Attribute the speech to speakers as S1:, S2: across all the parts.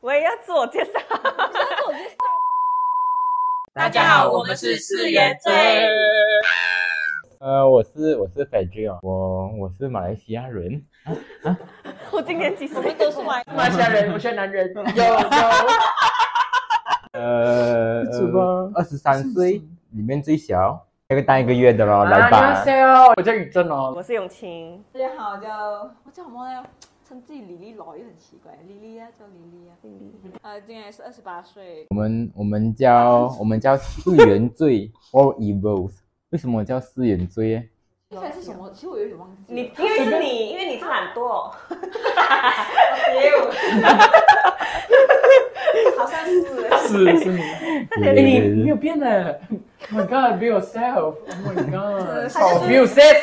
S1: 我也要自我介绍。
S2: 大家好我们是四眼醉。
S3: 呃，我是我是斐君哦，我我是马来西亚人，
S1: 我今年几岁？
S2: 都是玩
S4: 马来西亚人不是男 人，有
S3: 呃，
S4: 主播
S3: 二十三岁，里面最小，要个大一个月的
S4: 啊
S3: 咯，来吧。
S4: 有，我叫宇正哦。
S1: 我是永清，
S2: 大家好，我叫我叫什么呢？称自己李丽老也很奇怪，李丽啊，叫李丽啊。呃，今年是二十八岁，
S3: 我们我们叫我们叫四原 罪 or evils，为什么叫四啊原罪耶？
S2: 刚才是什么？其实我有点忘记了。
S1: 你因为是你，因为你是懒惰，
S2: 好像是。
S4: 是是你，哎，你
S3: 对对对
S4: 没有变呢。Oh my god, be yourself. Oh my god,
S2: 他就是
S4: be yourself.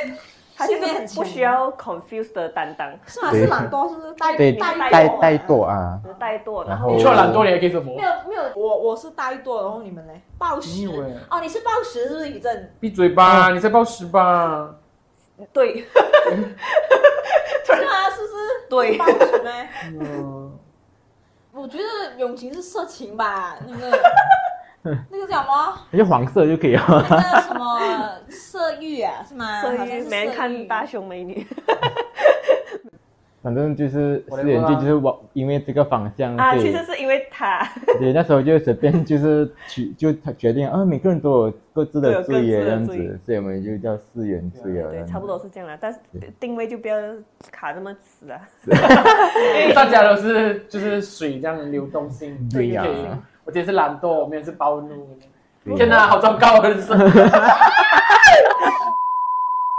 S1: 他就是
S2: 很
S1: 不需要 confuse 的担当，
S2: 是吗？是懒惰，是不是？怠
S3: 对
S2: 怠
S3: 带
S2: 惰
S3: 带惰啊，
S1: 只是怠惰，然
S3: 然
S1: 后
S3: 后
S4: 你除了懒惰，你还可以什么
S2: 没？有没有，我我是怠惰，然后你们嘞？暴食
S4: 没有欸。
S2: 哦，你是暴食是不是？宇正，
S4: 闭嘴吧，你才暴食吧。
S1: 对
S2: 是吗？是不是？
S1: 对
S2: 暴食咩？
S4: 嗯，
S2: 我觉得永晴是色情吧，那个那个叫什么？
S3: 那就黄色就可以了。
S2: 那个什么色欲啊，是吗？
S1: 所
S2: 好像
S1: 以
S2: 是色
S1: 没
S2: 欲
S1: 人看大胸美女
S3: 反正就是
S4: 我的
S3: 四原
S4: 妈
S3: 罪，就是往因为这个方向
S1: 啊，
S3: 所以
S1: 其实是因为他，
S3: 对，那时候就随便就是取就决定啊，每个人都有各自
S1: 都有
S3: 的
S1: 各自的
S3: 罪业这样
S1: 罪
S3: 子，所以我们就叫四元罪啊。这
S1: 对，
S3: 样
S1: 差不多是这样啦，但是
S3: 对
S1: 定位就不要卡那么死啊。
S4: 大家都是就是水这样流动性。
S3: 对呀
S4: 可以我今天是懒惰，我明天是暴怒。
S3: 对呀
S4: 天哪，好糟糕，人生。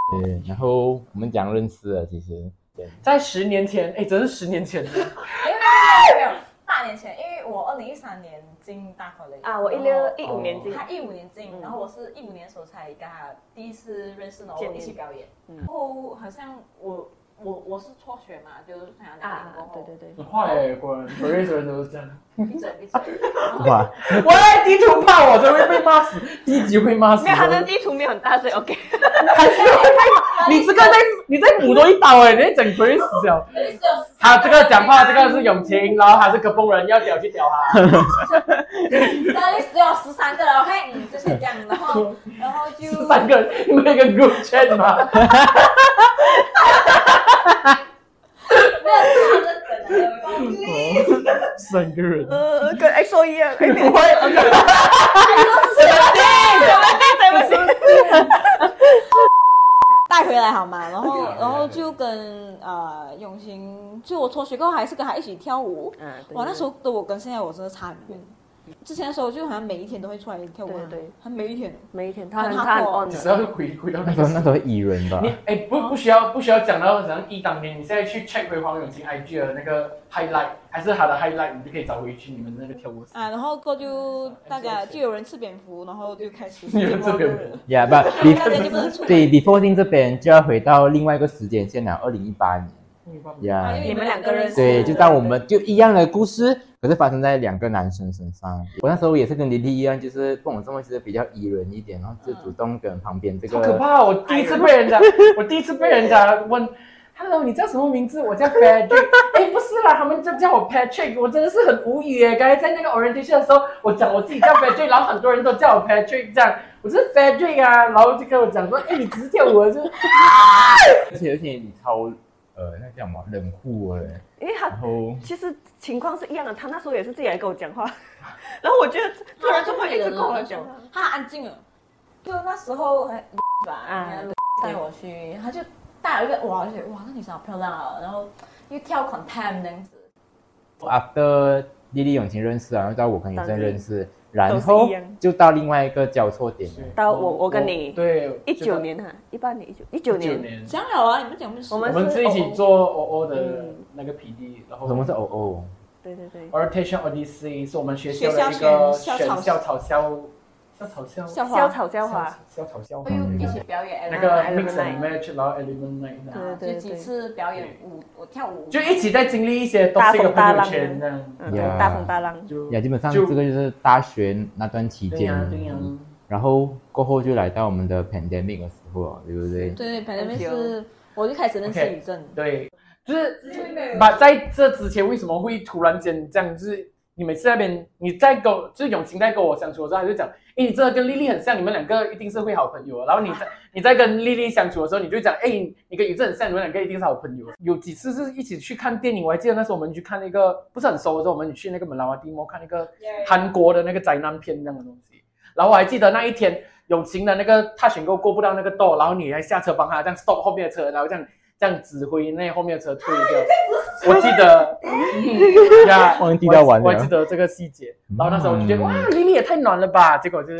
S3: 对，然后我们讲认识了，啊其实对
S4: 在十年前，哎，真是十年前。
S2: 没有没有没有没有，八年前，因为我二零一三年进大学了
S1: 啊，我一六一五年进，
S2: 他一五年进，然后我是一五年的时候才跟他第一次认识，然后我们一起表演，
S4: 嗯
S2: 然后好像我我我是辍学嘛，就是参加
S1: 啊
S2: 两
S4: 啊
S1: 哦
S2: 年过后，
S1: 对，
S4: 很坏哎，果然，我认识的人都是这样。
S2: 闭嘴闭嘴，
S3: 哇，
S4: 我在地图骂我，真会被骂死，第一集就被骂死。
S1: 没有他的地图没有很大 声，OK，
S4: 还是 你这个再你再补多一刀哎、你整鬼死了。他这个讲话，这个是永清，然后他是个崩人，要屌去屌他。
S2: 那里只有十三个人，OK，嗯，就是这样，然后然后就
S4: 十三个人，你们有一个 group chat 吗？
S2: 没有他的整的，
S4: 三个人。
S1: 呃，跟 XO 一 样，哎，你
S4: 不会，
S1: 啊对不起，
S2: 带回来好 吗？然后然后就跟呃永兴，就我辍学过后还是跟他一起跳舞，
S1: 嗯，
S2: 哇，那时候的我跟现在我真的差很远。之前的时候就好像每一天都会出来跳舞啊，
S1: 对对
S2: 他每一天。
S1: 每一天他
S2: 很
S1: 很他很
S2: hardcore
S1: on
S4: 只
S1: 的
S4: 是。要回回到那
S3: 那时候
S4: 个。
S3: 那时候蚁人吧
S4: 你，哎、不不需要不需要讲到好像一当年，你现在去 check 回黄永清 IG 的那个 highlight，还是他的 highlight，你就可以找回去你们那个跳舞。。
S2: 啊，然后过就大家就有人吃蝙蝠，然后就开始
S4: 有人吃蝙蝠
S3: 呀不，
S2: 大家就不能出
S3: before 对 before 进这边就要回到另外一个时间线了，二零一八年呀
S2: 因为
S1: 你们两个人
S3: 对，
S1: 是
S3: 就当我们就一样的故事，可是发生在两个男生身上。我那时候也是跟迪迪一样，就是跟我这么其实比较伊人一点，然后就主动跟旁边这
S4: 好可
S3: 个
S4: 怕！我第一次被 人家，我第一次被人家问，Hello，你叫什么名字？我叫 Patrick。哎，不是啦，他们就叫我 Patrick，我真的是很无语耶。刚才在那个 orientation 的时候，我讲我自己叫 Patrick，然后很多人都叫我 Patrick，这样我就是 Patrick 啊，然后就跟我讲说，哎，你只是跳舞的，就是
S3: 而且而且你超呃那叫什么冷酷哎，
S1: 因为他
S3: 然后
S1: 其实情况是一样的，他那时候也是自己来跟我讲话， 然后我觉得突然就会一直跟我讲话，
S2: 他安静了。就那时候还 吧
S1: 啊，
S2: 带我去，他就带了一个哇，而且哇，那女生好漂亮啊，然后又跳 contempt 那样子。
S3: after 莉莉永清认识啊，然后到我跟永正认识，然
S1: 都
S3: 后
S1: 是一样
S3: 就到另外一个交错点了。
S1: 到我我跟你
S4: 对
S1: 一九年哈，一八年一九一九
S4: 一九
S1: 年，
S4: 年，
S2: 讲了啊，你们讲不是？
S1: 我
S4: 我
S1: 们
S4: 们是一起做 OO 的
S1: 嗯
S4: 那个 PD，然后
S3: 什么是偶偶？
S1: 对对对，
S4: orientation odyssey 是我们学校
S2: 学校
S4: 的一个
S2: 选
S4: 选
S2: 校
S4: 校
S2: 草
S4: 草校校草
S1: 校
S2: 笑话，啊
S4: 校
S1: 草校花，
S4: 校草校
S2: 又一起表演
S4: 那啊个
S1: Element
S4: mix and match，然后 element night，这样
S2: 啊
S1: 对对
S2: 就
S1: 对
S2: 几次表演舞，我跳舞。
S4: 就一起在经历一些东西的朋友圈这样，
S1: 嗯，对，
S3: Yeah
S1: 大风大浪，
S4: 就
S3: 呀，基本上这
S4: 就
S3: 个就是大学那段期
S4: 对啊
S3: 间
S4: 呀，对呀，
S3: 然后过后就来到我们的 pandemic 的时候了，对不对？
S2: 对，反正
S1: 很
S2: 就
S1: 久
S2: 是我就开始认识
S4: OK
S2: 宇正。
S4: 对。就是
S2: 直接被
S4: 把在这之前为什么会突然间这样？就是你每次那边你在跟我，就是永晴在跟我相处的时候，他就讲，哎，你这个跟丽丽很像，你们两个一定是会好朋友。然后你在你在跟丽丽相处的时候，你就讲，哎，你跟宇正很像，你们两个一定是好朋友。有几次是一起去看电影，我还记得那时候我们去看那个不是很熟的时候，我们去那个马拉瓦蒂莫看那个韩国的那个宅男片那样的东西。然后我还记得那一天，永晴的那个他选购过不到那个道，然后你还下车帮他这样 stop 后面的车，然后这样这样指挥那后面的车退掉。我记得， 呀，
S3: 忘记到完了
S4: 我还记得这个细节。然后那时候我就觉得，
S3: 嗯
S4: 哇，丽丽也太暖了吧！结果就是，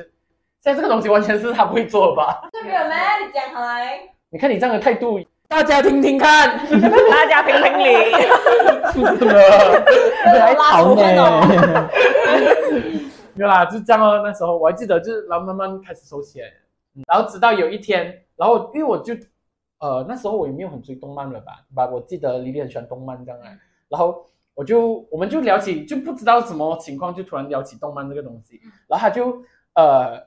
S4: 现在这个东西完全是他不会做的吧？
S2: 这没有咩？你讲来，
S4: 你看你这样的态度，大家听听看， 真的，
S1: 大家评评理。
S4: 你还
S2: 拉仇恨哦。
S3: 嗯呢。
S4: 没有啦，就这样哦。那时候我还记得，就是然后慢慢开始收起来，嗯然后直到有一天，然后因为我就呃那时候我也没有很追动漫了吧，吧，我记得李丽很喜欢动漫这样来，然后我就我们就聊起，就不知道什么情况，就突然聊起动漫这个东西，然后他就呃，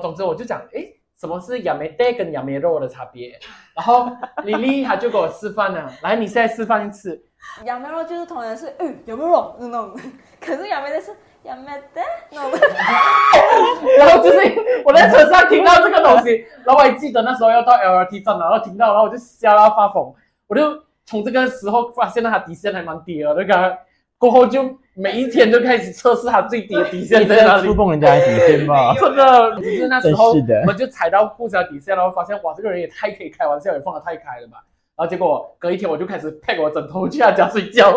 S4: 总之我就讲，诶，什么是亚美带跟亚美肉的差别？然后李丽她就给我示范了，来，你现在示范一次，
S2: 杨梅肉就是同样是，嗯，有没有肉那种， 可是杨梅的是杨梅的那种，
S4: 然后就是我在车上听到这个东西，然后我还记得那时候要到 LRT 站了，然后听到，然后我就吓到发疯，我就从这个时候发现到他底线还蛮低的，那个过后就每一天就开始测试他最低的底线
S3: 你
S4: 在哪
S3: 在
S4: 里
S3: 触。碰人家的底线吧？
S4: 这个只是那时候
S3: 真是的
S4: 我们就踩到互相底线，然后发现哇，这个人也太可以开玩笑，也放得太开了吧。然后结果隔一天我就开始 pack 我枕头去他家睡觉，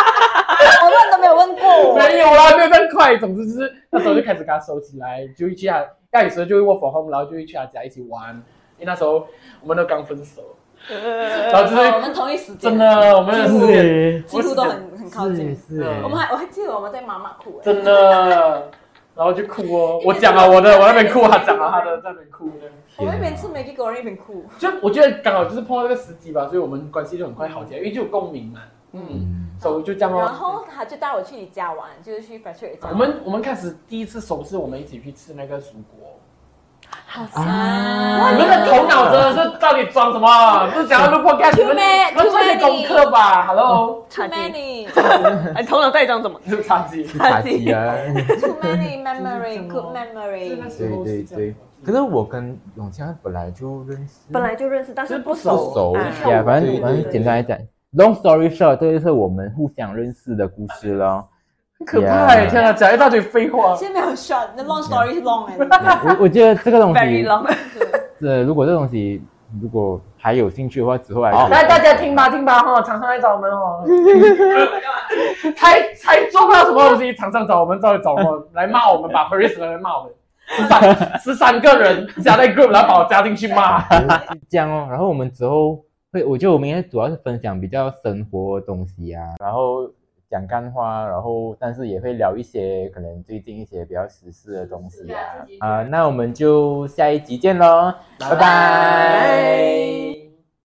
S2: 好多人都没有问过我。
S4: 没有啊啦，没有更快。总之就是那时候就开始给他收起来，就去他，那有时候就会 work from home，然后就会去他家一起玩。因为那时候我们都刚分手，
S1: 呃
S4: 然后
S2: 我
S4: 就是
S2: 们同一时间
S4: 真，的，我们的时间
S3: 是
S2: 几乎都很很靠近。
S3: 是
S4: 嗯
S2: 我们还我还记得我们在妈妈哭，哎
S4: 真的，然后就哭哦，我讲了我的，我那边哭，他讲了他的，在那边哭的。
S2: 欸我们一边吃 Maggie 狗，一边哭。
S4: 就我觉得刚好就是碰到这个时机吧，所以我们关系就很快好起来，因为就有共鸣嘛。嗯，
S3: 嗯
S4: 所以就这样
S2: 然
S4: 哦。
S2: 后他就带我去你家玩，就是去 Patrick 家。
S4: 我们我们开始第一次熟是我们一起去吃那个薯果。
S2: 啊
S4: 你们的头脑真的是到底装什么？不是想要录 podcast，你们
S2: Too many，
S4: 你们做一些
S2: too many
S4: 功课吧。Hello，
S2: too many
S1: 哎，头脑袋装什么？
S4: 是差机。
S3: 打击啊！
S2: too many memory good memory。
S3: 对对对。可是我跟永强本来就认识，
S1: 本来就认识，但是
S4: 是不
S1: 不
S3: 不
S4: 熟
S1: 熟。
S3: 熟
S1: 哎
S3: 呀，反
S4: 对
S3: 正
S4: 对
S3: 反正
S1: 对
S3: 简单来讲，long story short，这就是我们互相认识的故事咯。
S4: 很可怕欸！
S3: Yeah
S4: 天啊，讲一大堆废话。
S2: 现在没有 short，那 long story 是 long 哎。
S3: 我我觉得这个东
S1: Very
S3: 西，
S1: long，
S3: 呃，如果这东西如果还有兴趣的话，之后还
S4: 好
S1: 哦
S3: 可以
S4: 来大家听吧听吧哈，厂商来找我们哦。才才做不到什么东西，厂商找我们，到底找我们来骂我们吧，Paris 来骂我们。十三十三个人加在 group，然后把我加进去骂。
S3: 啊是 这样哦。然后我们之后会，我觉得我们应该主要是分享比较生活的东西啊，然后讲干话，然后但是也会聊一些可能最近一些比较时事的东西啊。啊、那我们就下一集见喽，拜拜。